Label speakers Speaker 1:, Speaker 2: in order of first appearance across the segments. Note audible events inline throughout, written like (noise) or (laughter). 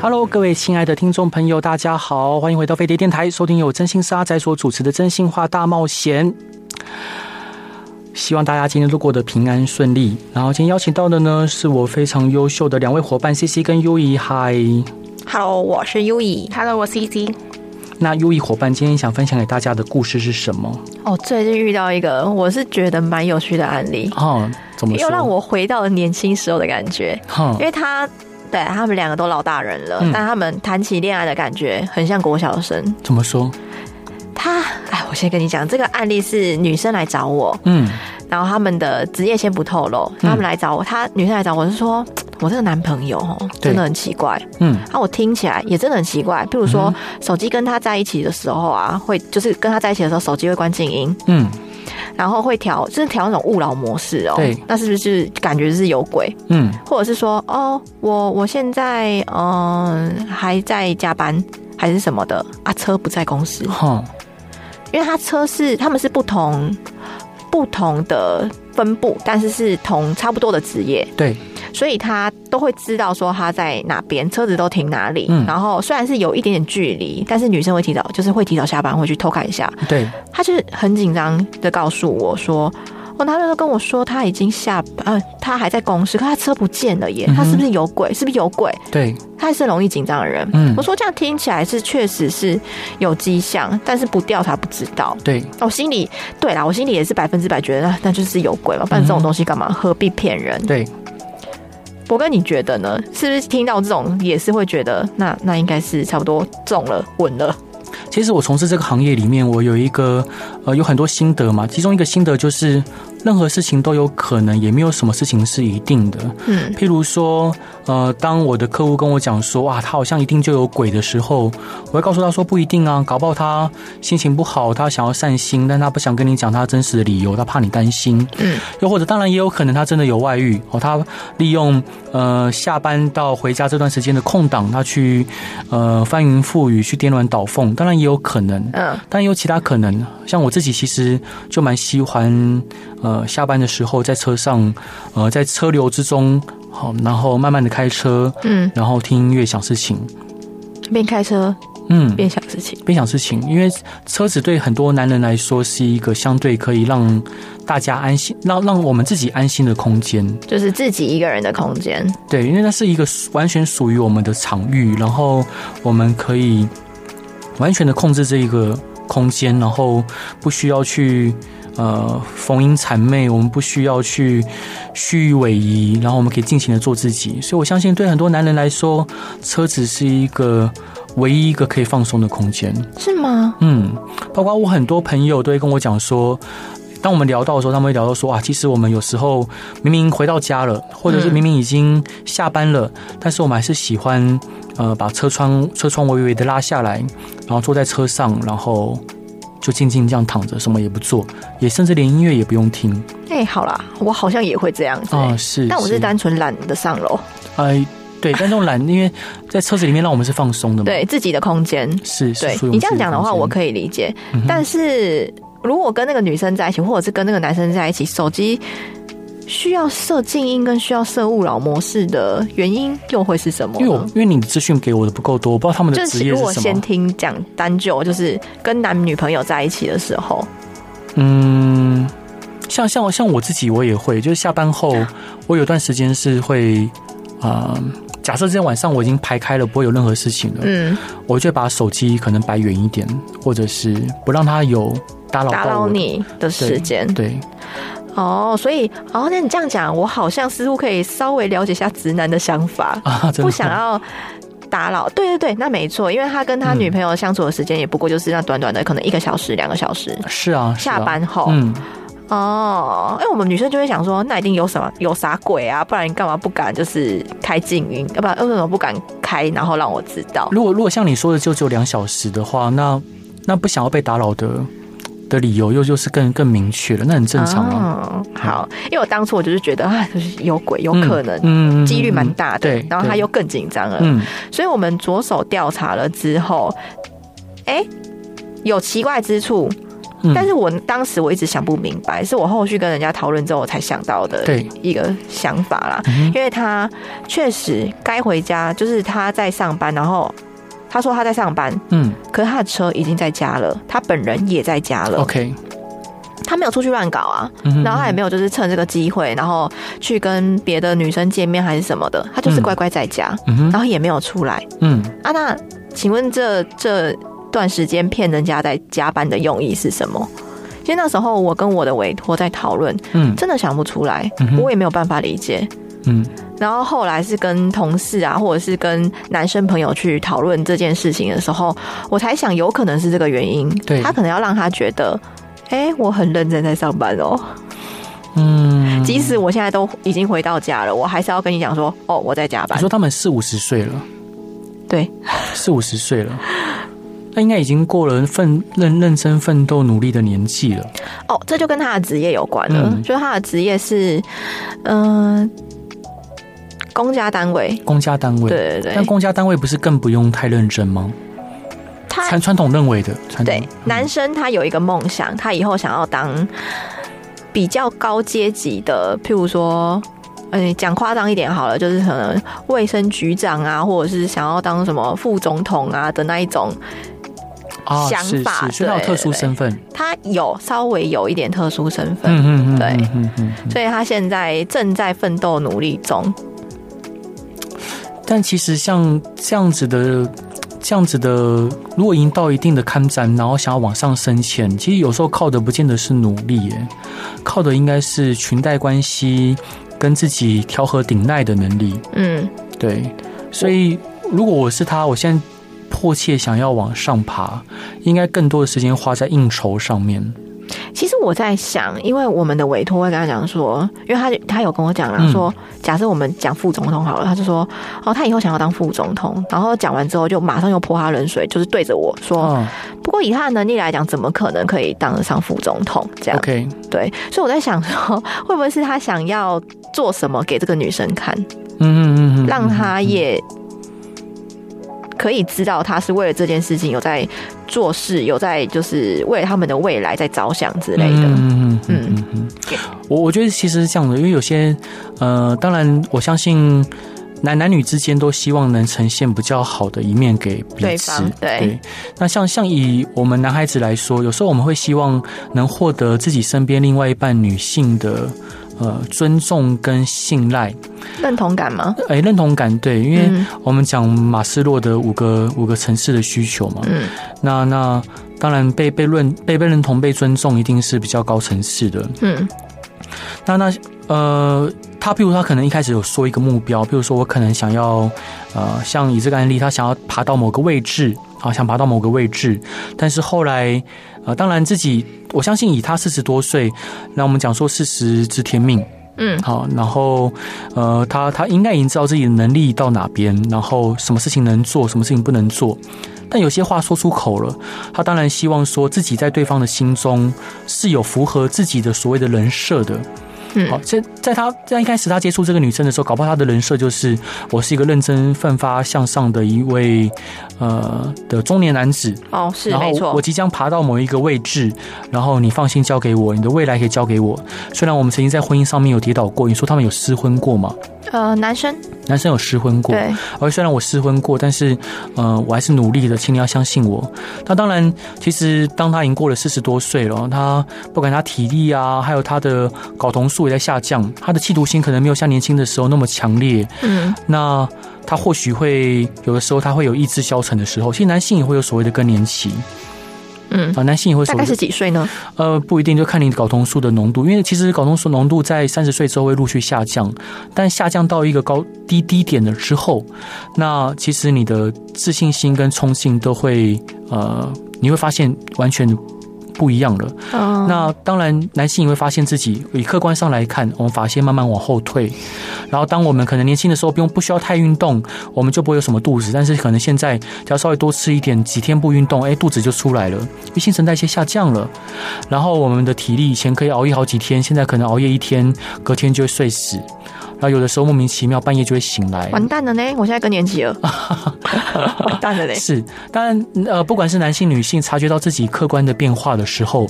Speaker 1: Hello，各位亲爱的听众朋友，大家好，欢迎回到飞碟电台，收听由真心沙仔所主持的《真心话大冒险》。希望大家今天都过得平安顺利。然后今天邀请到的呢，是我非常优秀的两位伙伴 C C 跟 U E 怡。嗨，
Speaker 2: Hello，我是优以。
Speaker 3: Hello，我是 EZ。
Speaker 1: 那 U 怡伙伴今天想分享给大家的故事是什么？
Speaker 2: 哦，最近遇到一个我是觉得蛮有趣的案例，
Speaker 1: 哦，怎么说？哦
Speaker 2: 又让我回到了年轻时候的感觉，
Speaker 1: 哈
Speaker 2: 因为他。对他们两个都老大人了，
Speaker 1: 嗯
Speaker 2: 但他们谈起恋爱的感觉很像国小生。
Speaker 1: 怎么说？
Speaker 2: 他，哎，我先跟你讲，这个案例是女生来找我，
Speaker 1: 嗯
Speaker 2: 然后他们的职业先不透露，他们来找我，她女生来找我是说，我这个男朋友哦，
Speaker 1: 对
Speaker 2: 真的很奇怪，
Speaker 1: 嗯
Speaker 2: 啊，我听起来也真的很奇怪。譬如说，手机跟他在一起的时候啊，会就是跟他在一起的时候，手机会关静音，
Speaker 1: 嗯
Speaker 2: 然后会调，就是调那种勿扰模式哦。
Speaker 1: 对
Speaker 2: 那是不是就是感觉是有鬼，
Speaker 1: 嗯，
Speaker 2: 或者是说，哦，我我现在嗯、还在加班。还是什么的啊？车不在公司，
Speaker 1: 哈
Speaker 2: 因为他车是他们是不同不同的分布，但是是同差不多的职业。
Speaker 1: 对，
Speaker 2: 所以他都会知道说他在哪边，车子都停哪里。
Speaker 1: 嗯
Speaker 2: 然后虽然是有一点点距离，但是女生会提早，就是会提早下班，会去偷看一下。
Speaker 1: 对，
Speaker 2: 他就是很紧张的告诉我说。哦，他就跟我说他已经下班，呃，他还在公司，可他车不见了耶
Speaker 1: 嗯，哼
Speaker 2: 他是不是有鬼？是不是有鬼？
Speaker 1: 对，
Speaker 2: 他还是容易紧张的人。
Speaker 1: 嗯
Speaker 2: 我说这样听起来是确实是有迹象，但是不调查不知道。哦
Speaker 1: 对，
Speaker 2: 我心里对啦，我心里也是百分之百觉得那那就是有鬼嘛，不然
Speaker 1: 嗯
Speaker 2: 这种
Speaker 1: 哼
Speaker 2: 东西干嘛？何必骗人？
Speaker 1: 对，
Speaker 2: 博哥，你觉得呢？是不是听到这种也是会觉得那那应该是差不多中了稳了？
Speaker 1: 其实我从事这个行业里面，我有一个呃有很多心得嘛，其中一个心得就是，任何事情都有可能，也没有什么事情是一定的。
Speaker 2: 嗯，
Speaker 1: 譬如说，呃，当我的客户跟我讲说，哇，他好像一定就有鬼的时候，我会告诉他说，不一定啊，搞不好他心情不好，他想要散心，但他不想跟你讲他真实的理由，他怕你担心。
Speaker 2: 嗯，
Speaker 1: 又或者当然也有可能他真的有外遇哦，他利用呃下班到回家这段时间的空档，他去呃翻云覆雨，去颠鸾倒凤，当然也有可能。
Speaker 2: 嗯，
Speaker 1: 但也有其他可能，像我自己其实就蛮喜欢，呃，下班的时候在车上，呃，在车流之中，好，然后慢慢的开车，
Speaker 2: 嗯，
Speaker 1: 然后听音乐想事情，
Speaker 2: 边开车
Speaker 1: 嗯，
Speaker 2: 边想事情。
Speaker 1: 边想事情，因为车子对很多男人来说是一个相对可以让大家安心，让让我们自己安心的空间，
Speaker 2: 就是自己一个人的空间，
Speaker 1: 对，因为那是一个完全属于我们的场域，然后我们可以完全的控制这一个空间，然后不需要去呃逢迎谄媚，我们不需要去虚与委蛇，然后我们可以尽情的做自己。所以我相信，对很多男人来说，车子是一个唯一一个可以放松的空间。
Speaker 2: 是吗？
Speaker 1: 嗯，包括我很多朋友都会跟我讲说，当我们聊到的时候，他们会聊到说啊，其实我们有时候明明回到家了，或者是
Speaker 2: 嗯
Speaker 1: 明明已经下班了，但是我们还是喜欢呃把车窗车窗微微的拉下来，然后坐在车上，然后就静静这样躺着，什么也不做，也甚至连音乐也不用听
Speaker 2: 哎、好啦，我好像也会这样子、哎
Speaker 1: 啊、是，
Speaker 2: 但我是单纯懒得上楼，
Speaker 1: 哎。对，但这种懒，因为在车子里面让我们是放松的嘛。
Speaker 2: 对，自己的空间。
Speaker 1: 是，是
Speaker 2: 对
Speaker 1: 属于我们
Speaker 2: 你这样
Speaker 1: 自己
Speaker 2: 讲的话，
Speaker 1: 空间
Speaker 2: 我可以理解。
Speaker 1: 嗯哼
Speaker 2: 但是如果跟那个女生在一起，或者是跟那个男生在一起，手机需要设静音跟需要设勿扰模式的原因又会是什么呢？
Speaker 1: 因为我因为你的资讯给我的不够多，我不知道他们的
Speaker 2: 就
Speaker 1: 职
Speaker 2: 是
Speaker 1: 业
Speaker 2: 如
Speaker 1: 是
Speaker 2: 果
Speaker 1: 什么。
Speaker 2: 先听讲单就，就是跟男女朋友在一起的时候，
Speaker 1: 嗯，像像像我自己，我也会，就是下班后，
Speaker 2: 啊
Speaker 1: 我有段时间是会，啊、假设今天晚上我已经排开了，不会有任何事情了，
Speaker 2: 嗯，
Speaker 1: 我就会把手机可能摆远一点，或者是不让它有打扰
Speaker 2: 打
Speaker 1: 到
Speaker 2: 扰
Speaker 1: 我的。
Speaker 2: 你的时间
Speaker 1: 对， (laughs)
Speaker 2: 哦，所以哦，那你这样讲，我好像似乎可以稍微了解一下直男的想法，
Speaker 1: 啊，真的
Speaker 2: 不想要。打扰，对对对，那没错，因为他跟他女朋友相处的时间也不过就是那短短的，可能一个小时、两个小时，
Speaker 1: 是啊，是啊
Speaker 2: 下班后、
Speaker 1: 嗯，
Speaker 2: 哦，因为我们女生就会想说，那一定有什么有啥鬼啊，不然你干嘛不敢就是开静音，要不然为什么不敢开，然后让我知道？
Speaker 1: 如果如果像你说的就只有两小时的话，那。那不想要被打扰的的理由又又是更更明确了，那很正常啊。
Speaker 2: 哦好，因为我当初我就是觉得啊，就是有鬼，有可能，
Speaker 1: 嗯
Speaker 2: 几率蛮大的。
Speaker 1: 对
Speaker 2: 然后他
Speaker 1: 对
Speaker 2: 又更紧张了，
Speaker 1: 嗯
Speaker 2: 所以我们着手调查了之后，哎、有奇怪之处，
Speaker 1: 嗯，
Speaker 2: 但是我当时我一直想不明白，是我后续跟人家讨论之后我才想到的
Speaker 1: 对
Speaker 2: 一个想法啦。
Speaker 1: 嗯哼
Speaker 2: 因为他确实该回家，就是他在上班，然后他说他在上班，
Speaker 1: 嗯
Speaker 2: 可是他的车已经在家了，他本人也在家了，
Speaker 1: ，OK，
Speaker 2: 他没有出去乱搞啊，
Speaker 1: 嗯哼
Speaker 2: 然后他也没有就是趁这个机会，然后去跟别的女生见面还是什么的，他就是
Speaker 1: 嗯
Speaker 2: 乖乖在家，
Speaker 1: 嗯哼
Speaker 2: 然后也没有出来
Speaker 1: 嗯，
Speaker 2: 啊。那请问这这段时间骗人家在加班的用意是什么？其实那时候我跟我的委托在讨论，
Speaker 1: 嗯
Speaker 2: 真的想不出来，
Speaker 1: 嗯哼
Speaker 2: 我也没有办法理解。
Speaker 1: 嗯
Speaker 2: 然后后来是跟同事啊，或者是跟男生朋友去讨论这件事情的时候，我才想有可能是这个原因。
Speaker 1: 对
Speaker 2: 他可能要让他觉得，哎、我很认真在上班哦，
Speaker 1: 嗯，
Speaker 2: 即使我现在都已经回到家了，我还是要跟你讲说，哦，我在加
Speaker 1: 你
Speaker 2: 班
Speaker 1: 说。他们四五十岁了，
Speaker 2: 对，
Speaker 1: 四五十岁了，那应该已经过了奋认认真奋斗努力的年纪了。
Speaker 2: 哦，这就跟他的职业有关了，
Speaker 1: 嗯
Speaker 2: 就他的职业是，嗯、公家单位。
Speaker 1: 公家单位，
Speaker 2: 对对
Speaker 1: 但
Speaker 2: 对，
Speaker 1: 公家单位不是更不用太认真吗？
Speaker 2: 他
Speaker 1: 传传统认为的，传统
Speaker 2: 对
Speaker 1: 嗯
Speaker 2: 男生他有一个梦想，他以后想要当比较高阶级的，譬如说，嗯，讲夸张一点好了，就是可能卫生局长啊，或者是想要当什么副总统啊的那一种，
Speaker 1: 啊
Speaker 2: 想
Speaker 1: 是
Speaker 2: 法
Speaker 1: 是，所以他有
Speaker 2: 对
Speaker 1: 特殊
Speaker 2: 对
Speaker 1: 身份，
Speaker 2: 他有稍微有一点特殊身份，
Speaker 1: 嗯嗯嗯，
Speaker 2: 对
Speaker 1: 嗯嗯嗯嗯。
Speaker 2: 所以他现在正在奋斗努力中。
Speaker 1: 但其实像这样子的。这样子的，如果已经到一定的看展，然后想要往上升迁，其实有时候靠的不见得是努力，耶，靠的应该是裙带关系跟自己调和顶耐的能力。
Speaker 2: 嗯，
Speaker 1: 对，所以如果我是他，我现在迫切想要往上爬，应该更多的时间花在应酬上面。
Speaker 2: 其实我在想，因为我们的委托会跟他讲说，因为他他有跟我讲啦，
Speaker 1: 嗯
Speaker 2: 说假设我们讲副总统好了，他就说哦，他以后想要当副总统，然后讲完之后就马上又泼他冷水，就是对着我说，
Speaker 1: 啊
Speaker 2: 不过以他的能力来讲，怎么可能可以当得上副总统这样？
Speaker 1: ，OK，
Speaker 2: 对，所以我在想说，会不会是他想要做什么给这个女生看，
Speaker 1: 嗯嗯嗯嗯，
Speaker 2: 让她
Speaker 1: 嗯
Speaker 2: 也。可以知道他是为了这件事情有在做事，有在就是为了他们的未来在着想之类的。
Speaker 1: 嗯嗯嗯嗯嗯
Speaker 2: 嗯
Speaker 1: 嗯，我我觉得其实是这样的，因为有些呃，当然我相信男男女之间都希望能呈现比较好的一面给彼
Speaker 2: 对
Speaker 1: 此
Speaker 2: 方。对
Speaker 1: 那像像以我们男孩子来说，有时候我们会希望能获得自己身边另外一半女性的呃尊重跟信赖，
Speaker 2: 认同感吗？
Speaker 1: 哎、认同感。对，因为
Speaker 2: 嗯
Speaker 1: 我们讲马斯洛的五个五个层次的需求嘛，
Speaker 2: 嗯
Speaker 1: 那那当然被被认被被认同被尊重一定是比较高层次的。
Speaker 2: 嗯
Speaker 1: 那那呃，他譬如他可能一开始有说一个目标，譬如说我可能想要呃，像以这个案例，他想要爬到某个位置啊，想爬到某个位置，但是后来呃，当然自己我相信以他四十多岁，那我们讲说四十知天命。
Speaker 2: 嗯
Speaker 1: 好，然后呃，他他应该已经知道自己的能力到哪边，然后什么事情能做，什么事情不能做。但有些话说出口了，他当然希望说自己在对方的心中是有符合自己的所谓的人设的。
Speaker 2: 嗯
Speaker 1: 好，在在他在一开始他接触这个女生的时候，搞不好他的人设就是我是一个认真奋发向上的一位呃的中年男子，
Speaker 2: 哦，是
Speaker 1: 然后
Speaker 2: 没错
Speaker 1: 我，即将爬到某一个位置，然后你放心交给我，你的未来可以交给我。虽然我们曾经在婚姻上面有跌倒过，你说他们有失婚过嘛？
Speaker 2: 呃，男生
Speaker 1: 男生有失婚过，
Speaker 2: 对，
Speaker 1: 而虽然我失婚过，但是，呃，我还是努力的，请你要相信我。那当然，其实当他已经过了四十多岁了，他不管他体力啊，还有他的睾酮素也在下降，他的企图心可能没有像年轻的时候那么强烈。
Speaker 2: 嗯
Speaker 1: 那他或许会有的时候他会有意志消沉的时候，其实男性也会有所谓的更年期
Speaker 2: 嗯
Speaker 1: 啊、，男性也会有
Speaker 2: 大
Speaker 1: 所
Speaker 2: 概
Speaker 1: 谓
Speaker 2: 是
Speaker 1: 的
Speaker 2: 几岁呢？
Speaker 1: 呃不一定，就看你睾酮素的浓度，因为其实睾酮素浓度在三十岁之后会陆续下降，但下降到一个高低低点了之后，那其实你的自信心跟冲劲都会呃，你会发现完全。不一样了。
Speaker 2: 嗯，
Speaker 1: 那当然，男性也会发现自己，以客观上来看，我们发线慢慢往后退。然后，当我们可能年轻的时候不用不需要太运动，我们就不会有什么肚子。但是可能现在只要稍微多吃一点，几天不运动，哎，肚子就出来了，因为新陈代谢下降了。然后我们的体力以前可以熬夜好几天，现在可能熬夜一天，隔天就会睡死。然后有的时候莫名其妙半夜就会醒来，
Speaker 2: 完蛋了呢！我现在更
Speaker 1: (laughs)
Speaker 2: 年期了，完蛋了呢！
Speaker 1: 是，当然，呃，不管是男性、女性，察觉到自己客观的变化的时候，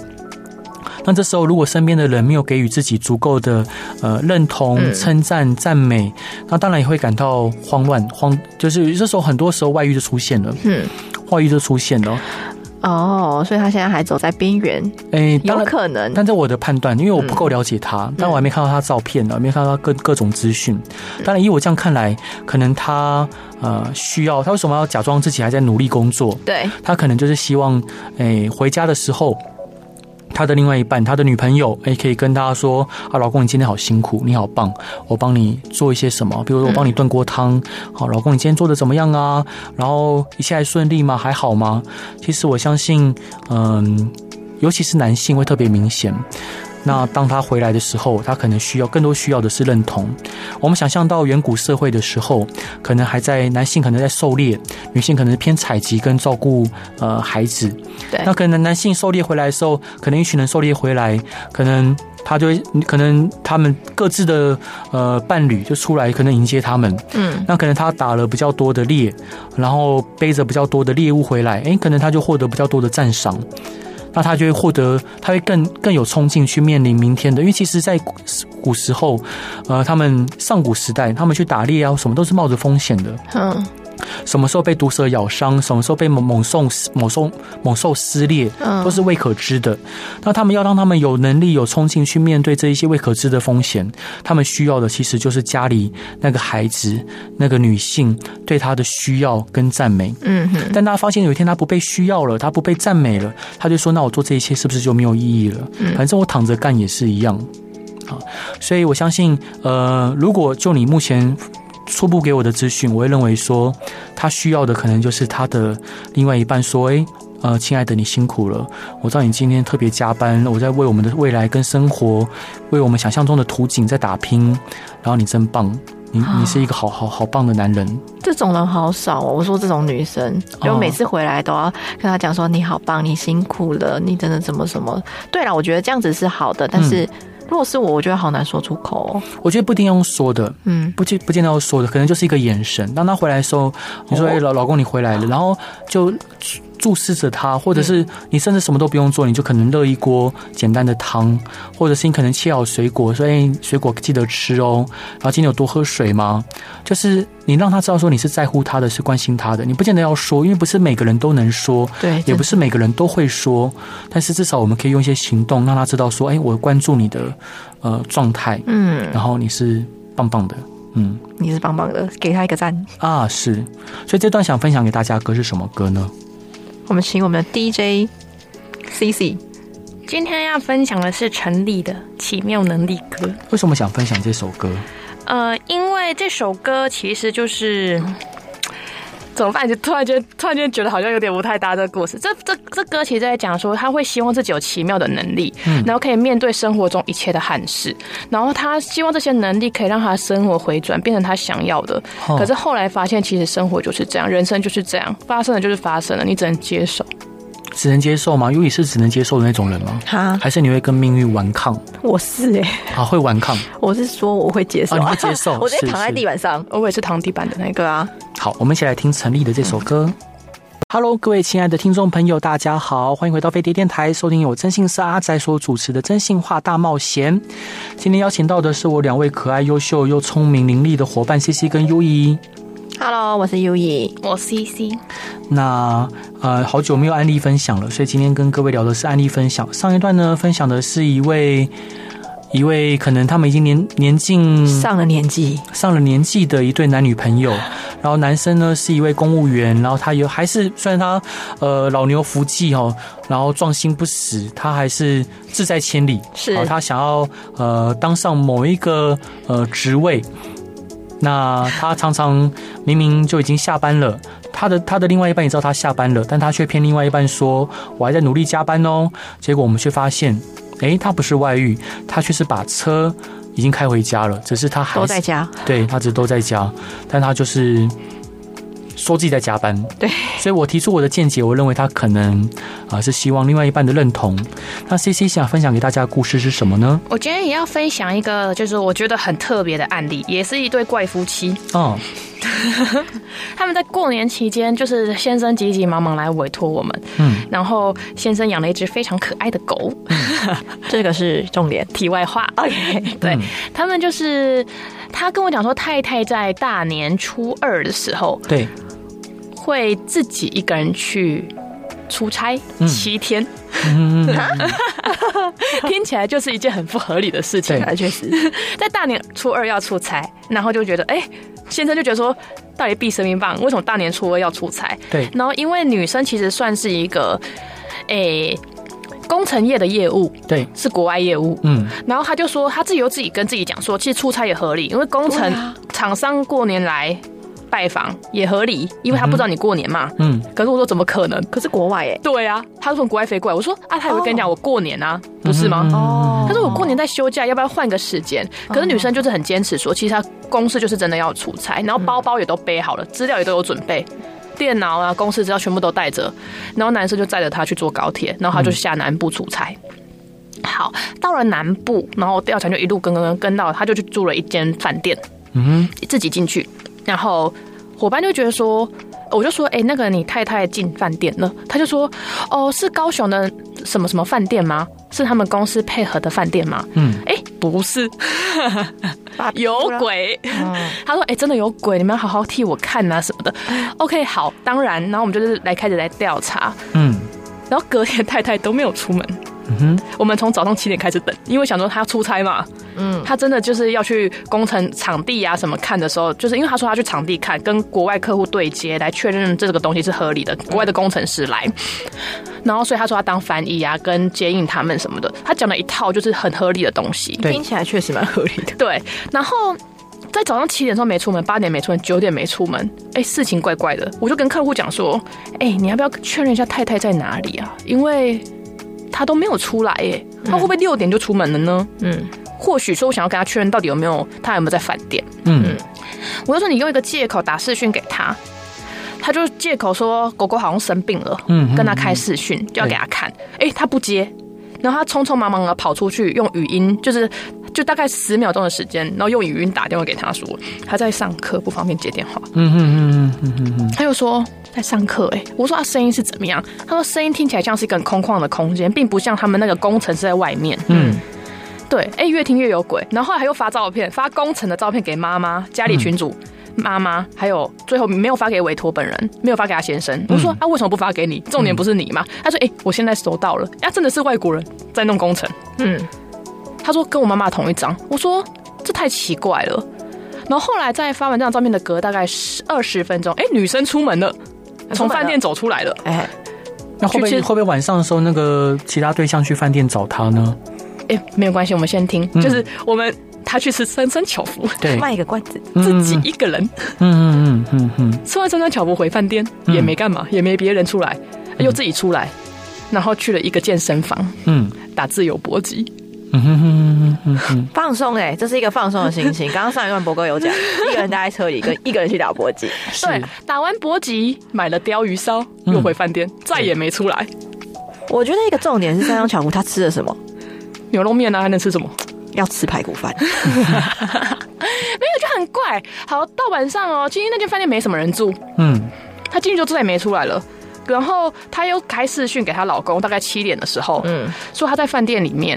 Speaker 1: 那这时候如果身边的人没有给予自己足够的呃认同
Speaker 2: 嗯、
Speaker 1: 称赞、赞美，那当然也会感到慌乱、慌，就是这时候很多时候外遇就出现了，
Speaker 2: 嗯，
Speaker 1: 外遇就出现了。
Speaker 2: 哦，所以他现在还走在边缘，
Speaker 1: 哎，当
Speaker 2: 有
Speaker 1: 然。
Speaker 2: 可能，嗯
Speaker 1: 但在我的判断，因为我不够了解他，但我还没看到他照片啊呢，没看到他各各种资讯。
Speaker 2: 嗯
Speaker 1: 当然，以我这样看来，可能他呃需要他为什么要假装自己还在努力工作？
Speaker 2: 对，
Speaker 1: 他可能就是希望，诶、回家的时候，他的另外一半，他的女朋友，哎诶、可以跟他说：“啊，老公，你今天好辛苦，你好棒，我帮你做一些什么，比如说我帮你炖锅汤，好，老公，你今天做的怎么样啊？然后一切还顺利吗？还好吗？”其实我相信，嗯，尤其是男性会特别明显。那当他回来的时候，他可能需要更多需要的是认同。我们想象到远古社会的时候，可能还在男性可能在狩猎，女性可能是偏采集跟照顾呃孩子。
Speaker 2: 对
Speaker 1: 那可能男性狩猎回来的时候，可能一群人狩猎回来，可能他就会，可能他们各自的呃伴侣就出来，可能迎接他们。
Speaker 2: 嗯，
Speaker 1: 那可能他打了比较多的猎，然后背着比较多的猎物回来，诶，可能他就获得比较多的赞赏。那他就会获得，他会更更有冲劲去面临明天的，因为其实，在古古时候，呃，他们上古时代，他们去打猎啊，什么都是冒着风险的。
Speaker 2: 嗯，
Speaker 1: 什么时候被毒蛇咬伤，什么时候被猛猛兽猛兽猛兽撕裂，
Speaker 2: 嗯
Speaker 1: 都是未可知的。那他们要让他们有能力、有冲劲去面对这一些未可知的风险，他们需要的其实就是家里那个孩子、那个女性对他的需要跟赞美。
Speaker 2: 嗯哼，
Speaker 1: 但大家发现有一天他不被需要了，他不被赞美了，他就说：“那我做这一切是不是就没有意义了？
Speaker 2: 嗯
Speaker 1: 反正我躺着干也是一样。”啊，所以我相信，呃，如果就你目前初步给我的资讯，我会认为说，他需要的可能就是他的另外一半说：“诶，呃，亲爱的，你辛苦了，我知道你今天特别加班，我在为我们的未来跟生活，为我们想象中的图景在打拼，然后你真棒。”你你是一个好好好棒的男人，
Speaker 2: 这种人好少哦。我说这种女生，
Speaker 1: 哦
Speaker 2: 就每次回来都要跟她讲说你好棒，你辛苦了，你真的怎么什么。对了，我觉得这样子是好的，但
Speaker 1: 嗯
Speaker 2: 是如果是我，我觉得好难说出口哦。
Speaker 1: 我觉得不一定要用说的，
Speaker 2: 嗯，
Speaker 1: 不见不见到说的，可能就是一个眼神。当他回来的时候，你说：“哎、老老公，你回来了。”然后就注注视着他，或者是你甚至什么都不用做，你就可能热一锅简单的汤，或者是你可能切好水果，说：“哎、水果记得吃哦。”然后今天有多喝水吗？就是你让他知道说你是在乎他的，是关心他的。你不见得要说，因为不是每个人都能说，
Speaker 2: 对，
Speaker 1: 也不是每个人都会说。但是至少我们可以用一些行动让他知道说：“哎、我关注你的呃状态，
Speaker 2: 嗯，
Speaker 1: 然后你是棒棒的。”嗯。
Speaker 2: 你是棒棒的，给她一个赞。
Speaker 1: 啊，是，所以这段想分享给大家的歌是什么歌呢？
Speaker 2: 我们请我们的 DJ C C，
Speaker 3: 今天要分享的是陈粒的《奇妙能力歌》。
Speaker 1: 为什么想分享这首歌？
Speaker 3: 呃，因为这首歌其实就是。怎么办？就突然觉得，突然间觉得好像有点不太搭这个故事。这这这歌其实在讲说，他会希望自己有奇妙的能力，然后可以面对生活中一切的憾事，然后他希望这些能力可以让他生活回转，变成他想要的。
Speaker 1: 哦
Speaker 3: 可是后来发现，其实生活就是这样，人生就是这样，发生了就是发生了，你只能接受。
Speaker 1: 只能接受吗？因为你是只能接受的那种人吗？
Speaker 2: 哈，
Speaker 1: 还是你会跟命运顽抗
Speaker 2: 我是哎、
Speaker 1: 啊？会顽抗。
Speaker 2: 我是说我会接受、
Speaker 1: 啊你会接受
Speaker 2: (laughs) 我直
Speaker 1: 是
Speaker 2: 接躺在
Speaker 1: 是
Speaker 2: 地板上。
Speaker 3: 哦我也是堂弟版的那个
Speaker 2: 对。啊，
Speaker 1: 好，我们一起来听陈粒的这首歌。Hello，各位亲爱的听众朋友，大家好，欢迎回到飞碟电台，收听由真性是阿仔所主持的《真性话大冒险》。今天邀请到的是我两位可爱、优秀又聪明伶俐的伙伴 C C 跟 U E 怡。
Speaker 2: Hello，我是 U E。
Speaker 3: 我 CC，
Speaker 1: 那呃，好久没有案例分享了，所以今天跟各位聊的是案例分享。上一段呢，分享的是一位一位可能他们已经年年近
Speaker 2: 上了年纪，
Speaker 1: 上了年纪的一对男女朋友，然后男生呢是一位公务员，然后他有还是虽然他呃老牛福气哦，然后壮心不死，他还是志在千里，
Speaker 2: 是
Speaker 1: 哦他想要呃当上某一个呃职位。那他常常明明就已经下班了，他的他的另外一半也知道他下班了，但他却骗另外一半说：“我还在努力加班哦。”结果我们却发现，诶，他不是外遇，他却是把车已经开回家了，只是他还
Speaker 2: 都
Speaker 1: 是
Speaker 2: 在家，
Speaker 1: 对他只是都在家，但他就是说自己在加班。
Speaker 2: 对，
Speaker 1: 所以我提出我的见解，我认为他可能啊、是希望另外一半的认同。那 C C 想分享给大家的故事是什么呢？
Speaker 3: 我今天也要分享一个，就是我觉得很特别的案例，也是一对怪夫妻。
Speaker 1: 哦，
Speaker 3: 他们在过年期间，就是先生急急忙忙来委托我们，
Speaker 1: 嗯，
Speaker 3: 然后先生养了一只非常可爱的狗。 (laughs)
Speaker 2: 这个是重点。
Speaker 3: 题外话，OK，对、
Speaker 1: 嗯
Speaker 3: 他们就是他跟我讲说，太太在大年初二的时候
Speaker 1: 对，
Speaker 3: 会自己一个人去出差
Speaker 1: 嗯
Speaker 3: 七
Speaker 1: (laughs)
Speaker 3: 天，
Speaker 1: 嗯，
Speaker 3: 听起来就是一件很不合理的事情
Speaker 1: 对。
Speaker 2: 啊， (laughs) 确实，
Speaker 3: 在大年初二要出差，然后就觉得，哎、先生就觉得说，到底避神明棒，为什么大年初二要出差？
Speaker 1: 对，
Speaker 3: 然后因为女生其实算是一个，诶、工程业的业务
Speaker 1: 对，
Speaker 3: 是国外业务。
Speaker 1: 嗯，
Speaker 3: 然后他就说，他自己又自己跟自己讲说，其实出差也合理，因为工程
Speaker 2: 对啊
Speaker 3: 厂商过年来拜访也合理，因为他不知道你过年嘛。
Speaker 1: 嗯，
Speaker 3: 可是我说怎么可能？
Speaker 2: 可是国外哎，
Speaker 3: 对啊，他从国外飞过来，我说啊，他也会跟你讲我过年啊，不是吗？
Speaker 1: 嗯
Speaker 2: 哦
Speaker 3: 他说我过年在休假，要不要换个时间？可是女生就是很坚持说，其实她公司就是真的要出差，然后包包也都背好了，资料也都有准备，电脑啊、公司资料全部都带着，然后男生就载着她去坐高铁，然后她就下南部出差。好，到了南部，然后调查就一路跟跟跟跟到，他就去住了一间饭店，
Speaker 1: 嗯，
Speaker 3: 自己进去，然后伙伴就觉得说，我就说，哎、那个你太太进饭店了，他就说，哦，是高雄的什么什么饭店吗？是他们公司配合的饭店吗？
Speaker 1: 嗯，
Speaker 3: 哎、不是，
Speaker 2: 芭比
Speaker 3: (laughs) 有
Speaker 2: 哭了，
Speaker 3: 鬼。
Speaker 1: 嗯
Speaker 3: 他说，哎、真的有鬼，你们要好好替我看啊什 (laughs) 么的。OK，好，当然，然后我们就是来开始来调查，
Speaker 1: 嗯，
Speaker 3: 然后隔天太太都没有出门。
Speaker 1: 嗯哼，
Speaker 3: 我们从早上七点开始等，因为想说他出差嘛，嗯，他真的就是要去工程场地啊什么看的时候，就是因为他说他去场地看，跟国外客户对接来确认这个东西是合理的，国外的工程师来，然后所以他说他当翻译啊，跟接应他们什么的，他讲了一套就是很合理的东西，
Speaker 1: 对
Speaker 2: 嗯听起来确实蛮合理的。
Speaker 3: 对，然后。在早上七点的时候没出门，八点没出门，九点没出门，哎、事情怪怪的。我就跟客户讲说，哎、你要不要确认一下太太在哪里啊？因为他都没有出来、耶，他会不会六点就出门了呢？
Speaker 2: 嗯，
Speaker 3: 或许说我想要跟他确认到底有没有他有没有在饭店。
Speaker 1: 嗯，
Speaker 3: 我就说你用一个借口打视讯给他，他就借口说狗狗好像生病了，
Speaker 1: 嗯
Speaker 3: 跟他开视讯就要给他看，哎、他不接，然后他匆匆忙忙的跑出去用语音，就是就大概十秒钟的时间，然后用语音打电话给他说他在上课不方便接电话，
Speaker 1: 嗯嗯嗯嗯嗯
Speaker 3: 他就说在上课，哎，我说他声音是怎么样？他说声音听起来像是一个很空旷的空间，并不像他们那个工程是在外面，
Speaker 1: 嗯，
Speaker 3: 对，哎、越听越有鬼。然后后来还又发照片，发工程的照片给妈妈、家里群主、妈妈，还有最后没有发给委托本人，没有发给他先生。我说啊，为什么不发给你？重点不是你嘛？他说，哎、我现在收到了，啊，真的是外国人在弄工程。
Speaker 2: 嗯，
Speaker 3: 他说跟我妈妈同一张。我说这太奇怪了。然后后来在发完这张照片的隔大概十二十分钟，哎、女生出门了，从饭店走出来了。
Speaker 2: 哎，
Speaker 1: 那会不会
Speaker 3: 去吃
Speaker 1: 会不会晚上的时候那个其他对象去饭店找他呢？
Speaker 3: 哎、没有关系，我们先听，
Speaker 1: 嗯
Speaker 3: 就是我们他去吃三生巧福，
Speaker 1: 对，
Speaker 2: 卖个关子，
Speaker 3: 自己一个人。
Speaker 1: 嗯嗯嗯嗯
Speaker 3: 吃完三张巧不回饭店，
Speaker 1: 嗯
Speaker 3: 也没干嘛，也没别人出来，又自己出来，然后去了一个健身房
Speaker 1: 嗯
Speaker 3: 打自由搏击。
Speaker 1: 嗯嗯嗯嗯
Speaker 2: 放松哎，这是一个放松的心 (laughs) 情。刚刚上一段博哥有讲，一个人待在车里，跟一个人去打搏击，
Speaker 3: 对，打完搏击买了鲷鱼烧，
Speaker 1: 嗯
Speaker 3: 又回饭店，再也没出来。
Speaker 2: 我觉得一个重点是三张巧福他吃了什么？
Speaker 3: 牛肉面啊，还能吃什么？
Speaker 2: 要吃排骨 (laughs) 饭，
Speaker 3: 没有，就很怪。好，到晚上哦，今天那间饭店没什么人住，
Speaker 1: 嗯
Speaker 3: 她进去就再也没出来了。然后她又开视讯给她老公，大概七点的时候，
Speaker 2: 嗯
Speaker 3: 嗯，说她在饭店里面，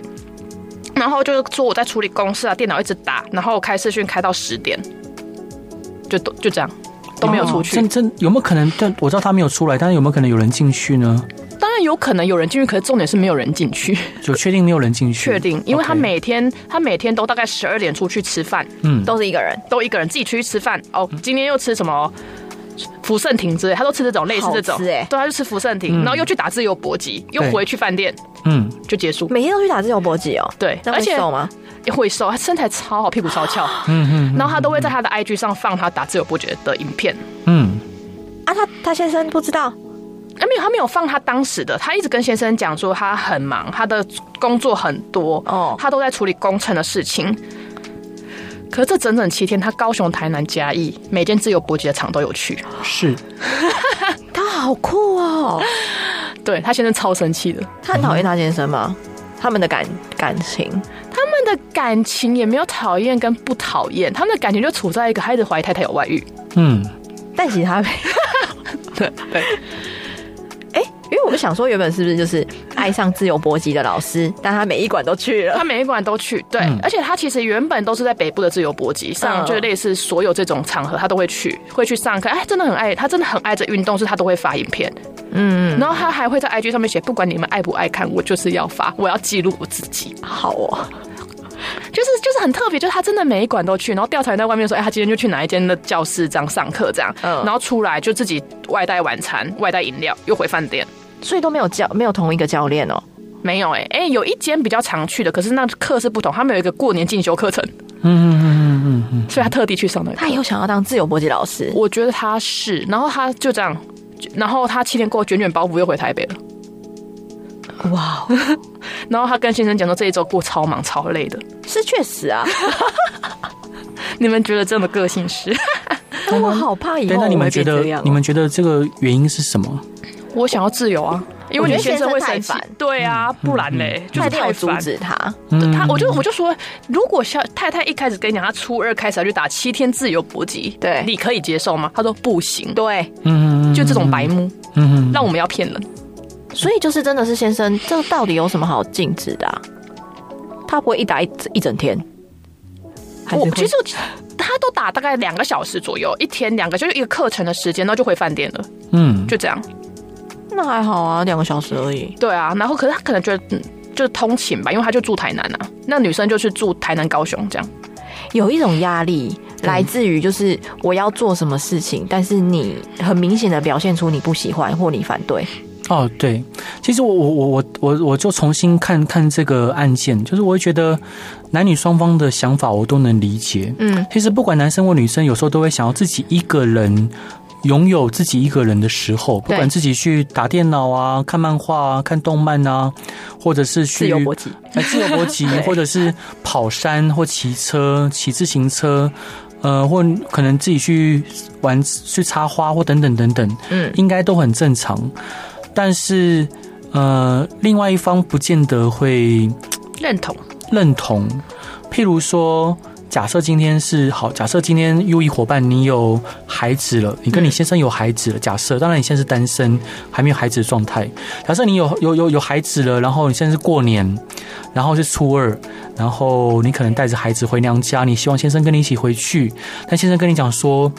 Speaker 3: 然后就说我在处理公事啊，电脑一直打，然后开视讯开到十点，就都就这样都没有出去。
Speaker 1: 哦真真有没有可能？但我知道他没有出来，但是有没有可能有人进去呢？
Speaker 3: 当然有可能有人进去，可是重点是没有人进 (laughs) 去，
Speaker 1: 有确定没有人进去？
Speaker 3: 确定，因为她
Speaker 1: OK
Speaker 3: 每天她每天都大概十二点出去吃饭，
Speaker 1: 嗯
Speaker 2: 都是一个人，
Speaker 3: 都一个人自己出去吃饭。哦，今天又吃什么福盛亭之类，她都吃这嗯种类似这种，
Speaker 2: 好吃欸
Speaker 3: 对，她就吃福盛亭，然后又去打自由搏击，又
Speaker 1: 对
Speaker 3: 回去饭店
Speaker 1: 嗯
Speaker 3: 就结束。
Speaker 2: 每天都去打自由搏击哦。
Speaker 3: 对，
Speaker 2: 那
Speaker 3: 而
Speaker 2: 会
Speaker 3: 且
Speaker 2: 瘦吗？
Speaker 3: 会瘦，他身材超好，屁股超翘，
Speaker 1: 嗯嗯
Speaker 3: 然后他都会在他的 IG 上放他打自由伯爵的影片。
Speaker 1: 嗯
Speaker 2: 啊，他他先生不知道，
Speaker 3: 啊，没有，他没有放他当时的，他一直跟先生讲说他很忙，他的工作很多，
Speaker 2: 哦
Speaker 3: 他都在处理工程的事情。可是这整整七天，他高雄、台南、嘉义每间自由搏击的场都有去，
Speaker 1: 是
Speaker 2: 他好酷哦，
Speaker 3: 对他先生超生气的。
Speaker 2: 他很讨厌他先生吗？他们的感感情
Speaker 3: 他们的感情也没有讨厌跟不讨厌，他们的感情就处在一个他一直怀疑太太有外遇。
Speaker 1: 嗯，
Speaker 2: 但其实 (laughs) 他没，
Speaker 3: 对对，
Speaker 2: 哎、因为我们想说原本是不是就是爱上自由搏击的老师，但他每一馆都去了
Speaker 3: 他，每一馆都去，对，
Speaker 1: 嗯
Speaker 3: 而且他其实原本都是在北部的自由搏击上，
Speaker 2: 嗯
Speaker 3: 就是类似所有这种场合，他都会去，会去上课。哎，真的很爱，他真的很爱这运动，是他都会发影片，
Speaker 2: 嗯，
Speaker 3: 然后他还会在 IG 上面写，不管你们爱不爱看，我就是要发，我要记录我自己，
Speaker 2: 好哦，
Speaker 3: 就是就是很特别，就是他真的每一馆都去，然后调查员在外面说，哎，他今天就去哪一间的教室这样上课这样，
Speaker 2: 嗯
Speaker 3: 然后出来就自己外带晚餐、外带饮料，又回饭店。
Speaker 2: 所以都没有教，没有同一个教练哦，
Speaker 3: 没有哎、欸、哎、有一间比较常去的，可是那课是不同，他们有一个过年进修课程，
Speaker 1: 嗯嗯嗯
Speaker 3: 所以他特地去上那个。
Speaker 2: 他以后想要当自由搏击老师，
Speaker 3: 我觉得他是，然后他就这样，然后他七天过后卷卷包袱又回台北了。
Speaker 2: 哇，
Speaker 3: 然后他跟先生讲说这一周过超忙超累的，
Speaker 2: 是确实 (laughs) 啊，
Speaker 3: 你们觉得这么个
Speaker 2: (laughs)
Speaker 3: 性是？
Speaker 2: 但我好怕以
Speaker 1: 对，
Speaker 2: 后
Speaker 1: 那你
Speaker 2: 我
Speaker 1: 们
Speaker 2: 会
Speaker 1: 觉
Speaker 2: 变
Speaker 1: 得
Speaker 2: 这样哦、
Speaker 1: 你们觉得这个原因是什么？
Speaker 3: 我想要自由啊，因为
Speaker 2: 我觉得
Speaker 3: 你先生会生气
Speaker 2: 先生太烦。
Speaker 3: 对啊，不然嘞，就
Speaker 2: 他
Speaker 3: 是
Speaker 2: 一定有
Speaker 3: 太
Speaker 2: 阻
Speaker 3: 烦。
Speaker 2: 止他，
Speaker 1: 嗯
Speaker 3: 他，我就我就说，如果小太太一开始跟你讲，她初二开始要去打七天自由搏击，
Speaker 2: 对
Speaker 3: 你可以接受吗？他说不行，
Speaker 2: 对，
Speaker 1: 嗯嗯
Speaker 3: 就这种白目，
Speaker 1: 嗯
Speaker 3: 让我们要骗人。
Speaker 2: 所以就是真的是先生，这到底有什么好禁止的、啊？他不会一打一一整天，还是
Speaker 3: 我
Speaker 2: 会
Speaker 3: 其实我他都打大概两个小时左右，一天两个就是一个课程的时间，然后就回饭店了，
Speaker 1: 嗯
Speaker 3: 就这样。
Speaker 2: 那还好啊，两个小时而已。
Speaker 3: 对啊，然后可是他可能觉得。嗯就是通勤吧，因为他就住台南啊，那女生就是住台南、高雄这样。
Speaker 2: 有一种压力来自于就是我要做什么事情，但是你很明显的表现出你不喜欢或你反对，
Speaker 1: 哦，对，其实我我我我我我就重新看看这个案件，就是我会觉得男女双方的想法我都能理解。
Speaker 2: 嗯，
Speaker 1: 其实不管男生或女生，有时候都会想要自己一个人拥有自己一个人的时候，不
Speaker 2: 对
Speaker 1: 管自己去打电脑啊、看漫画啊、看动漫啊，或者是去
Speaker 2: 自由搏击，
Speaker 1: 哎，自由搏击
Speaker 2: (laughs) 对，
Speaker 1: 或者是跑山或骑车、骑自行车，呃，或可能自己去玩、去插花或等等等等，
Speaker 2: 嗯
Speaker 1: 应该都很正常。但是，呃，另外一方不见得会
Speaker 3: 认同，
Speaker 1: 认同。譬如说，假设今天是好，假设今天 U E 伙伴你有孩子了，你跟你先生有孩子了。假设，当然你现在是单身，还没有孩子的状态。假设你有有有有孩子了，然后你现在是过年，然后是初二，然后你可能带着孩子回娘家，你希望先生跟你一起回去，但先生跟你讲说，